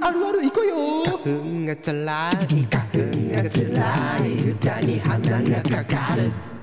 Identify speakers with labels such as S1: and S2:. S1: あるある行こうよ花粉がつらい花粉がつらい歌に花がかかる